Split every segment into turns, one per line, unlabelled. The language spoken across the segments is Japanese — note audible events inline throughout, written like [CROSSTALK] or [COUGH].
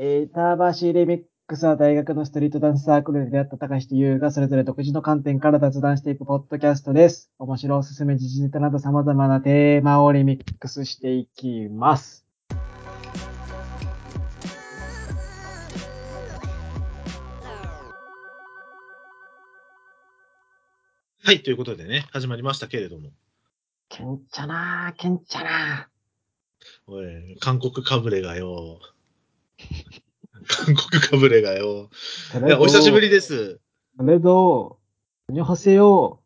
ー板橋レミックスは大学のストリートダンスサークルで出会った高橋と優がそれぞれ独自の観点から雑談していくポッドキャストです。面白おすすめ時事ネタなど様々なテーマをリミックスしていきます。
はい、ということでね、始まりましたけれども、
けんちゃなー、けんちゃな
おい、韓国かぶれがよ。
[LAUGHS]
韓国かぶれがよ。
ー。
いや、お久しぶりです。
あれどう、にょはせよ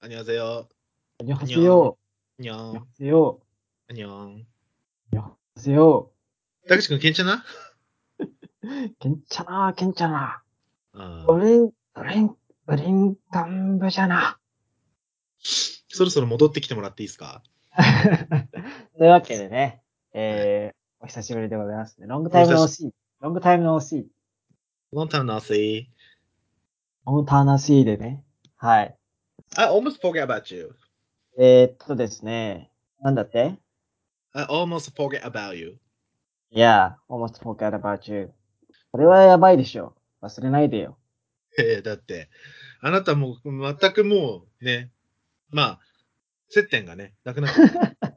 あにゃせよ。
う、にょはせよ
にゃ
う、にょは
ん。
せよ
にゃん。
う、にょはせよ
たけし君、けんちゃな
う、けんちゃなー、けんちゃな
あ
ー。
ー
ブリン、ブリン、ブリンタンブじゃな。
そろそろ戻ってきてもらっていいですか
というわけでね、えー、お久しぶりでございますね。ロングタイムの OC。ロングタイムの OC。
ロンタンの汗い。
ロングタナシーでね。はい。
I almost forget about you.
えー、っとですね、なんだって
I almost forget about you. [LAUGHS]
?Yeah, almost forgot about you. これはやばいでしょ。忘れないでよ。
えーだって、あなたもう全くもうね、まあ、接点がね、なくなっちゃ
[LAUGHS]
った。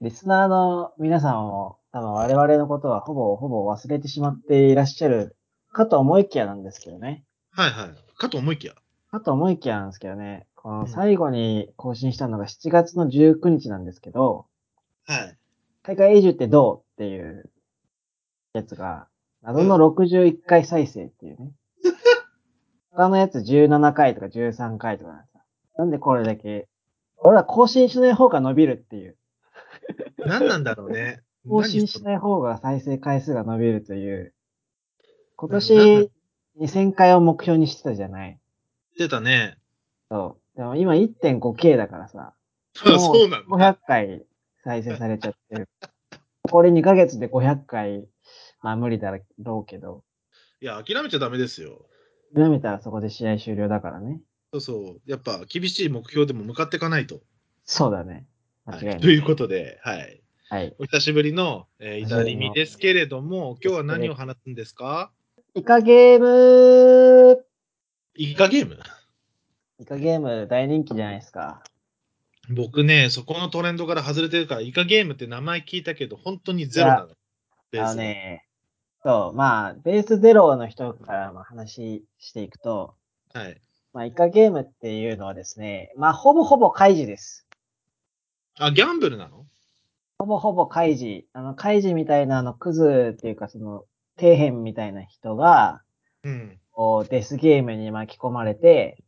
リスナーの皆さんも、多分我々のことはほぼほぼ忘れてしまっていらっしゃるかと思いきやなんですけどね。
はいはい。かと思いきや。
かと思いきやなんですけどね、こ
う
の
ん
最後に更新したのが7月の19日なんですけど、
はい。
海外移住ってどうっていうやつが、謎の61回再生って
[LAUGHS]
いうね。他のやつ17回とか13回とかなんですよなんでこれだけ、俺ら更新しない方が伸びるっていう。
何なんだろうね。
更新し
何その
ない方が再生回数が伸びるという。今
なんだ
年2000回を目標にしてたじゃない。
出たね。
そう。でも今 1.5K だからさ。
あそうなの。
500回再生されちゃってる。これ2ヶ月で500回、まあ無理だろうけど、
いや、諦めちゃダメですよ。
諦めたらそこで試合終了だからね。
そうそう。やっぱ厳しい目標でも向かっていかないと。
そうだね。間
は
違
い
いない。 [LAUGHS]
ということで、はい。
はい。
お久しぶりの、えー、イ
久し
タ
ぶ
リ
りの
ミですけれども、今日は何を話すんですか
イカゲーム
イカゲーム
イカゲーム大人気じゃないですか。
僕ね、そこのトレンドから外れてるから、イカゲームって名前聞いたけど、本当にゼロなの。
あ
ベー
の
スが
ね、そう、まあ、ベースゼロの人からも話していくと、
はい。
まあ、イカゲームっていうのはですね、まあ、ほぼほぼ開示です。
あ、ギャンブルなの
ほぼほぼカイジ。あの、カイジみたいな、あの、クズっていうか、その、底辺みたいな人が、
うん。
こう、デスゲームに巻き込まれて、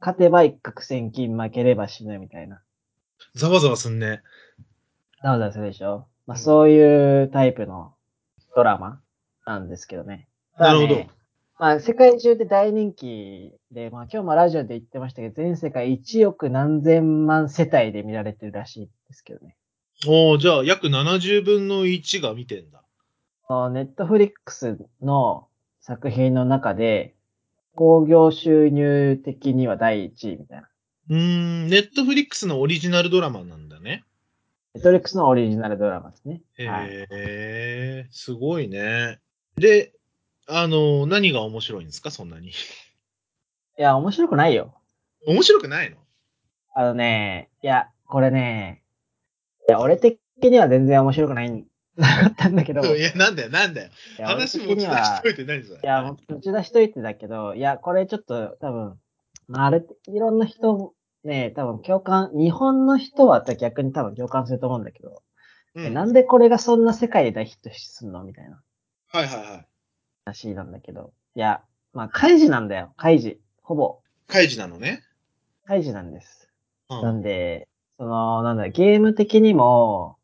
勝てば一攫千金、負ければ死ぬみたいな。
ざわざわすんね。
なのだそうでしょまあ、そういうタイプのドラマなんですけどね。
なるほど
ただねまあ、世界中で大人気で、まあ、今日もラジオで言ってましたけど、全世界1億何千万世帯で見られてるらしいですけどね。
おおじゃあ、約70分の1が見てんだ。
ネットフリックスの作品の中で、興行収入的には第一位みたいな。
うーん、ネットフリックスのオリジナルドラマなんだね。
ネットフリックスのオリジナルドラマですね。はい、
へえ、すごいね。で、あの、何が面白いんですか、そんなに。 [LAUGHS]
いや、面白くないよ。
面白くないの
あのね、いや、これね、いや、俺的には全然面白くないんだったんだけど、
[LAUGHS] いや、なんだよ、なんだよ。
いや
話
俺的
持ち出
に
し
は
といて何それ。
いや、もう打ち出しといてだけど、いや、これちょっと多分、まあ、あれ、いろんな人、ね、多分共感、日本の人は逆に多分共感すると思うんだけど、
う
え
ん、
な
はい
んでこれがそんな世界で大ヒットすんのみたいな
はいはい。
話なんだけど。いや、まあ、開示なんだよ。開示。ほぼ。
カイジなのね。
開示なんです。
う。
なんんで、その、なんだ、ゲーム的にも、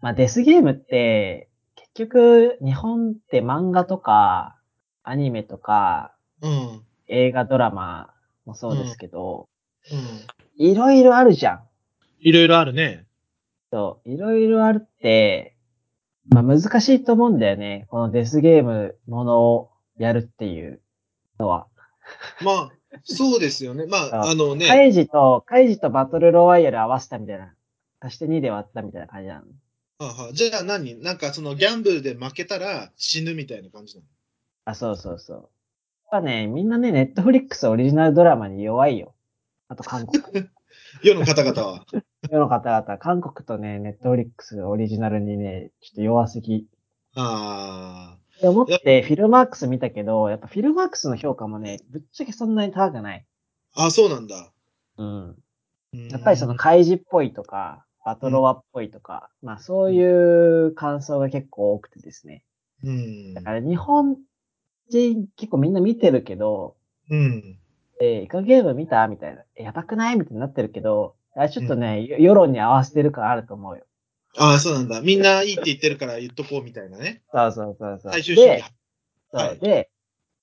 まあ、デスゲームって、結局、日本って漫画とか、アニメとか、
うん。うん。
映画、ドラマもそうですけど、
い
いろいろあるじゃん。
ろいろあるね。
そう、いろいろあるって、まあ難しいと思うんだよね。このデスゲームものをやるっていうのは。
まあ、そうですよね。まあ、
あ
あのね。
カイジと、カイジとバトルロワイヤル合わせたみたいな。足して2で割ったみたいな感じなの。
はいはい。じゃあ何なんかそのギャンブルで負けたら死ぬみたいな感じなの
あ、そうそうそう。やっぱね、みんなね、ネットフリックスオリジナルドラマに弱いよ。あと韓国。
[LAUGHS] 世の方
[LAUGHS]
々は。
世の方々、韓国とね、ネットフリックスオリジナルにね、ちょっと弱すぎ。
あ
って思って、フィルマークス見たけど、やっぱフィルマークスの評価もね、ぶっちゃけそんなに高くない。
あ。あ、そうなんだ。
うん。
うん
やっぱりその、怪事っぽいとか、バトロワっぽいとか、まあそういう感想が結構多くてですね。
うん
だ。から日本人結構みんな見てるけど、
うん。
えーイカゲーム見たみたいな。えやばくないみたいになってるけど、あれちょっとね、よ世論に合わせてる感あると思うよ。
ああ、そうなんだ。みんないいって言ってるから言っとこうみたいなね。
そうそうそうそう。
最終主義
で、
派。
そう
はい
で、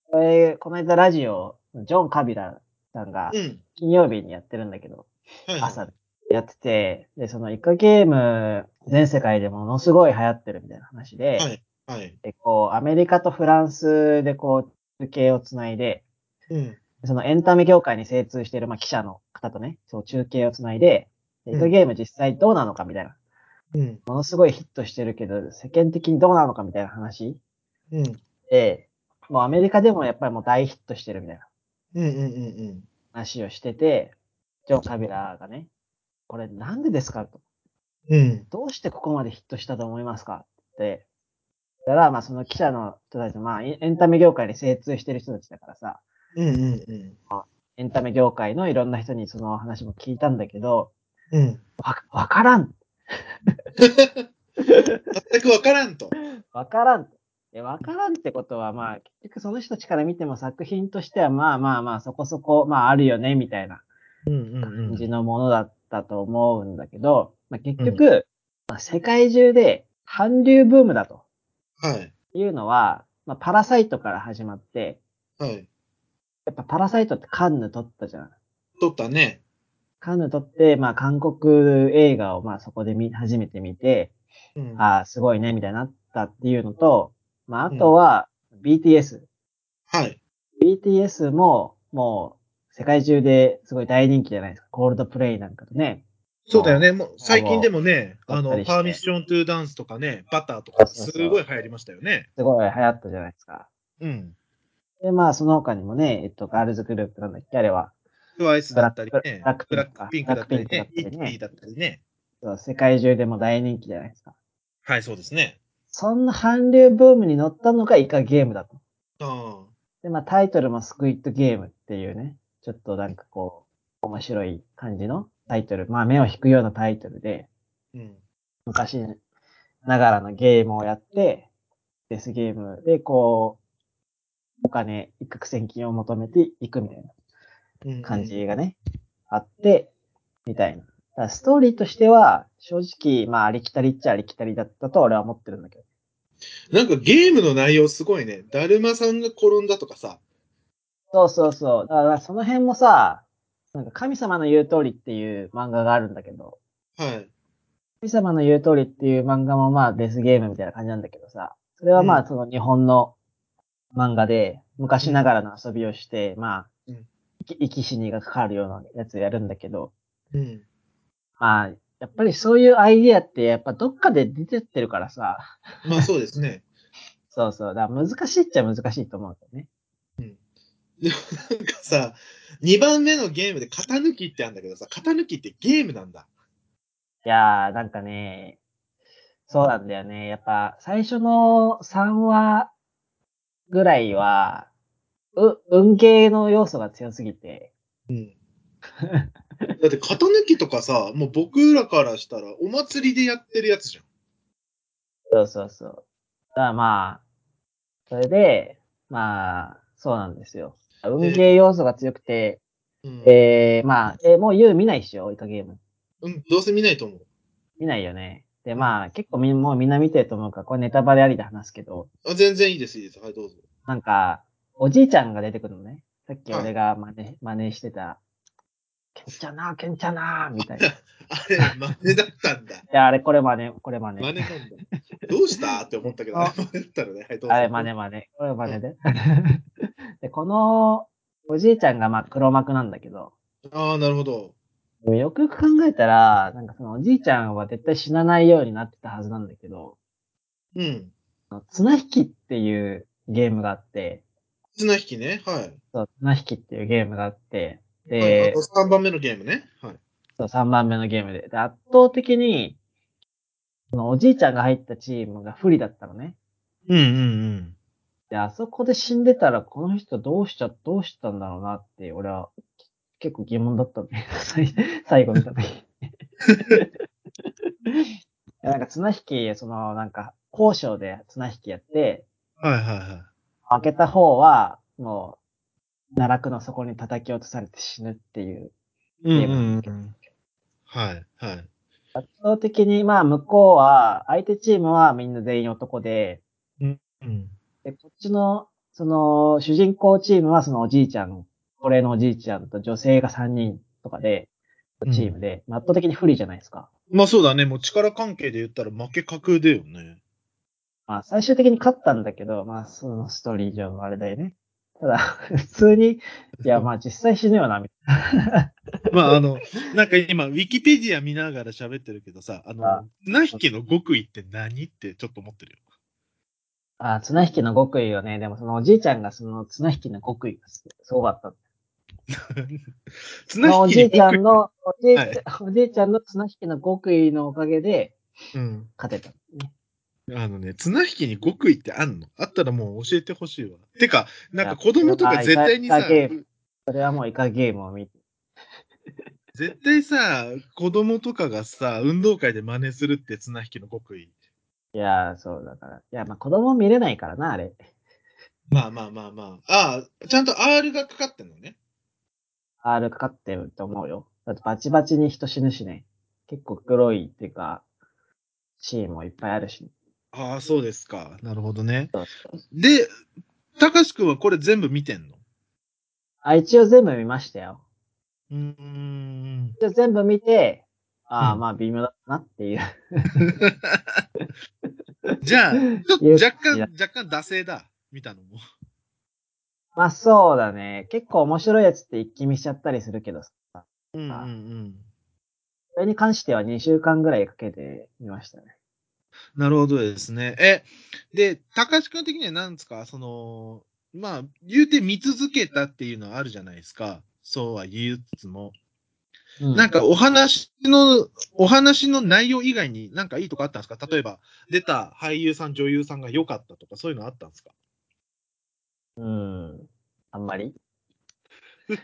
これ、この間ラジオ、ジョン・カビラさんが
うん。
金曜日にやってるんだけど、
はいはい、
朝でやってて、で、そのイカゲーム、全世界でものすごい流行ってるみたいな話で、
はい。はい。
で、こう、アメリカとフランスでこう、中継をつないで、
うん。
そのエンタメ業界に精通している、まあ、記者の方とね、そう、中継をつないで、で
うん
イカゲーム実際どうなのかみたいな、
うん。
ものすごいヒットしてるけど、世間的にどうなのかみたいな話
うん。
で、もうアメリカでもやっぱりもう大ヒットしてるみたいな
うん。うん。うん。
話をしてて、ジョン・カビラがね、これなんでですかと。
うん。うん。
どうしてここまでヒットしたと思いますかって。だから、まあ、その記者の人たち、まあ、エエンタメ業界に精通してる人たちだからさ、
うん。うん。うん。
エンタメ業界のいろんな人にその話も聞いたんだけど、
うん。
わ、わからん
全くわからんと。
わからんで、わからんってことは、まあ、結局その人たちから見ても作品としては、まあまあまあ、そこそこ、まああるよね、みたいな
うん。うん。
感
うん
じのものだったと思うんだけど、まあ結局、まあ、世界中で韓流ブームだと
はい。
いうのは、まあパラサイトから始まって、
はい。
やっぱパラサイトってカンヌ撮ったじゃん。
取ったね。
カンヌ撮って、まあ韓国映画をまあそこで見、初めて見て、
うん。は
ああ、すごいね、みたいになったっていうのと、まああとは BTS。
い。
BTS も、もう、世界中ですごい大人気じゃないですか。コールドプレイなんかとね。
そうだよね。もう最近でもね、
あ
あ
の
の、パーミッショントゥーダンスとかね、バターと
そ
か
うそうそ
す
う
ごい流行りましたよね。
すごい流行ったじゃないですか。
うん。
で、まあ、その他にもね、えっと、ガールズグループなんだっけ、あれは。
トワイスだったりね
ブラック、
ブラックピンクだったり
ブラッ
ね
ク、ピ
イ
ンクだったりね
ッティだったりね。
そう世界中でも大人気じゃないですか。
はい、そうですね。
そんな韓流ブームに乗ったのがイカゲームだと。
あ
で、まあ、タイトルもスクイットゲームっていうね、ちょっとなんかこう、面白い感じのタイトル。まあ、目を引くようなタイトルで、
ーうん。
昔ながらのゲームをやって、デスゲームでこう、お金、一攫千金を求めていくみたい
うん
な感。じがね、あって、みたいな。だからストーリーとしては、正直、まあ、ありきたりっちゃありきたりだったと俺は思ってるんだけど。
なんかゲームの内容すごいね。だるまさんが転んだとかさ。
そうそうそう。だからその辺もさ、なんか神様の言う通りっていう漫画があるんだけど、
はい。
神様の言う通りっていう漫画もまあデスゲームみたいな感じなんだけどさ、それはま
う
あその日本の漫画で昔ながらの遊びをして、まあ
うん、
生き生き死にがかかるようなやつやるんだけど、
うん。
まあ、やっぱりそういうアイディアってやっぱどっかで出てってるからさ、
まあそうです
[LAUGHS]
ね。
そうそう、だから難しいっちゃ難しいと思うんだよね。
でもなんかさ、2番目のゲームで型抜きってあるんだけどさ、型抜きってゲームなんだ。
いやー、なんかね、そうなんだよね。やっぱ最初の3話ぐらいは、う、運ゲーの要素が強すぎて、
うん。だって型抜きとかさ、もう僕らからしたらお祭りでやってるやつじゃん。
そうそうそう。だからまあ、それで、まあ、そうなんですよ。運ゲー要素が強くて、
うん。
えー、まあ、えーもう YOU 見ないっしょ、イカゲーム。
うん、どうせ見ないと思う。
見ないよね。で、まあ、結構みん、もうみんな見てると思うから、これネタバレありで話すけど、
あ全然いいです、いいです。はい、どうぞ。
なんか、おじいちゃんが出てくるのね。さっき俺が真似、真似してた、ケンちゃんな、ケンちゃんな、みたいな。い
あれ、真似だった
[LAUGHS]
んだ。
や、あれ、これ真似、これ真
真
似。
似なんだ。どうしたって思ったけど、
あ
真似だったらね。はい、どうぞ。
あれ、真似真似。これ真似 [LAUGHS] で。で、この、おじいちゃんが、まあ、黒幕なんだけど、
ああ、なるほど。
でもよくよく考えたら、なんかそのおじいちゃんは絶対死なないようになってたはずなんだけど、
うん。
あの綱引きっていうゲームがあって、
綱引きね。はい。
そう、綱引きっていうゲームがあって、
はい、あ
で
と、3番目のゲームね。はい。
そう3番目のゲームで、で圧倒的に、そのおじいちゃんが入ったチームが不利だったのね。
うんうん
で、あそこで死んでたら、この人どうしちゃ、どうしたんだろうなって、俺は結構疑問だったんだけど、最 [LAUGHS] 最後見た時。いやなんか綱引き、その、なんか、交渉で綱引きやって、
うん。はいはいは
負
い。
けた方は、もう、奈落の底に叩き落とされて死ぬっていう。
うんうんんうん。はいはい。
圧倒的に、まあ、向こうは、相手チームはみんな全員男で、
うん。
で、こっちの、その、主人公チームはそのおじいちゃん、これのおじいちゃんと女性が3人とかで、チームで、まあ圧倒的に不利じゃないですか。
まあそうだね。もう力関係で言ったら負け確だよね。
まあ、最終的に勝ったんだけど、まあ、そのストーリー上のあれだよね。ただ、 [LAUGHS] 普通に、いや、まあ、実際死ぬよな、みたい
まあ
[LAUGHS]
あの、なんか今、ウィキペディア見ながら喋ってるけどさ、あ
あ
の、綱引きの極意って何ってちょっと思ってるよ。
な。あ、綱引きの極意をね、でもそのおじいちゃんがその綱引きの極意がすすごかった。そ
綱
のお
引き
じ
に
いちゃん
極
の、おじいちゃん、
はい
おじいちゃんの綱引きの極意のおかげで、
意。うん。
勝てた、ね。
あのね、綱引きに極意ってあんのあったらもう教えてほしいわ。てか、なんか子供とか絶対に
い
さ
や、イカイカゲームそれはもうイカゲームを見て。
絶対さ、子供とかがさ、運動会で真似するって綱引きの極意。
いやー、そうだから。いや、まあ子供見れないからな、あれ。
まあまあまあまあ。ああ、ちゃんと R がかかってんのね。
R かかってると思うよ。だってバチバチに人死ぬしね。結構黒いっていうか、シーンもいっぱいあるし。
ああ、そうですか。なるほどね。
そうそう
で、たかしくんはこれ全部見てんの
あ、一応全部見ましたよ。
うーん。
一応全部見て、ああ、
うん
まあ微妙だったなっていう。 [LAUGHS]
じゃあ、ちょっと
いや
若干
いや、
若干惰性だ。見たのも。
まあそうだね。結構面白いやつって一気見しちゃったりするけどさ。
うんうん
あ
うん。
それに関しては2週間ぐらいかけて見ましたね。
なるほどですね。え、で、たかしくん的には何ですかその、まあ、言うて見続けたっていうのはあるじゃないですか。そうは言いつつも。
うん
なんかお話の、お話の内容以外になんかいいとこあったんですか例えば、出た俳優さん、女優さんが良かったとか、そういうのあったんですか
うん。あんまり
え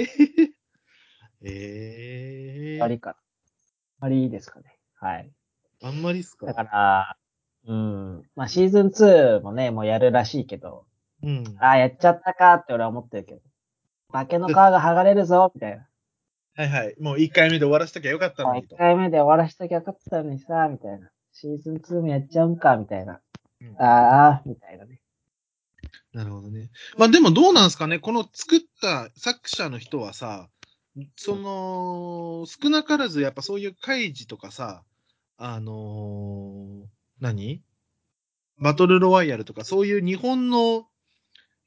えー。ええ
あんまりかな。あんまりいいですかね。はい。
あんまりっす
だ
か
から、うん。まあ、シーズン2もね、もうやるらしいけど、
うん。
ああ、やっちゃったかって俺は思ってるけど、化けの皮が剥がれるぞ、みたいな。
はいはい。もう1回目で終わらせときゃよかったのに
1
と。
回目で終わらしときゃよかったのにさ、みたいな。シーズン2もやっちゃうんか、みたいな。
うん
ああ、みたいなね。
なるほどね。まあでもどうなんですかね、この作った作者の人はさ、その、少なからずやっぱそういう開示とかさ、あのー何バトルロワイヤルとか、そういう日本の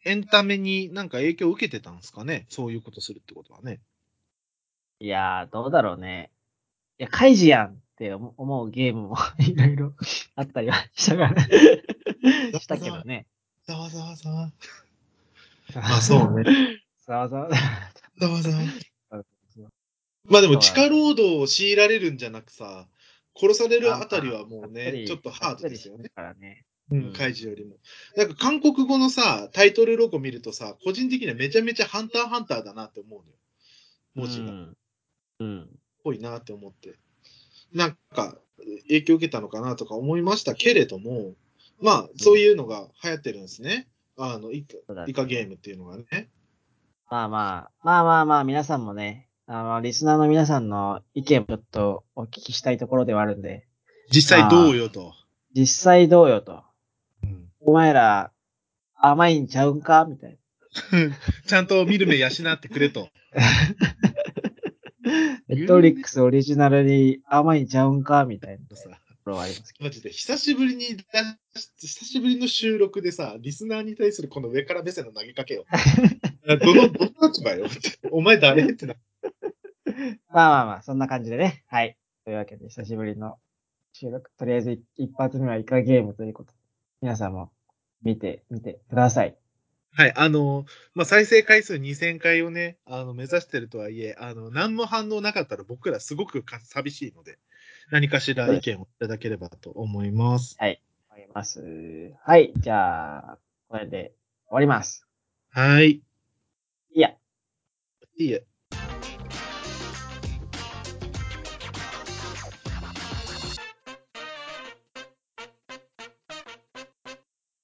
エンタメになんか影響を受けてたんですかね、そういうことするってことはね。
いやー、どうだろうね。いや、カイジやんって思思うゲームも [LAUGHS] いろいろあったりはしたから、 [LAUGHS] したけどね。
ざわざわざわ。
[LAUGHS]
あそう
ね。ざわざわ。
[LAUGHS] ざ [LAUGHS] わざわ。まあでも地下労働を強いられるんじゃなくさ、殺されるあたりはもう
がっつ
ね、
り
ちょっとハードですよね。。
がっつりしてるからね。
うん、開示よりも。なんか韓国語のさ、タイトルロゴ見るとさ、個人的にはめちゃめちゃハンターハンターだなって思うのよ。文字
う
が。っ
ん。うん。
ぽいなって思って。なんか、影響受けたのかなとか思いましたけれども、まあ、そういうのが流行ってるんですね。あの、イカ
そうだね
イカゲームっていうのがね。
まあまあ、まあまあまあ、皆さんもね、あの、リスナーの皆さんの意見もちょっとお聞きしたいところではあるんで、
実際どうよと。
実際どうよと。
うん
お前ら、甘いんちゃうんかみたいな。
ちゃんと見る目養ってくれ
[LAUGHS]
と。
ネットフリックスオリジナルに甘いんちゃうんかみたいな。
さ
ころはありますけ
マジで、久しぶりに出し、久しぶりの収録でさ、リスナーに対するこの上から目線の投げか [LAUGHS] けを。どの、どの立場よ [LAUGHS] ってお前誰ってな。
ど。まあまあまあ、そんな感じでね。はい。というわけで、久しぶりの収録。とりあえずい一発目はイカゲームということ。皆さんも見て、見てください。
はい、あの、まあ、再生回数2000回をね、あの、目指してるとはいえ、あの、何も反応なかったら僕らすごくか寂しいので、何かしら意見をいただければと思います。
終わります。はい。じゃあ、これで終わります。
はい。
いや。
いいえ。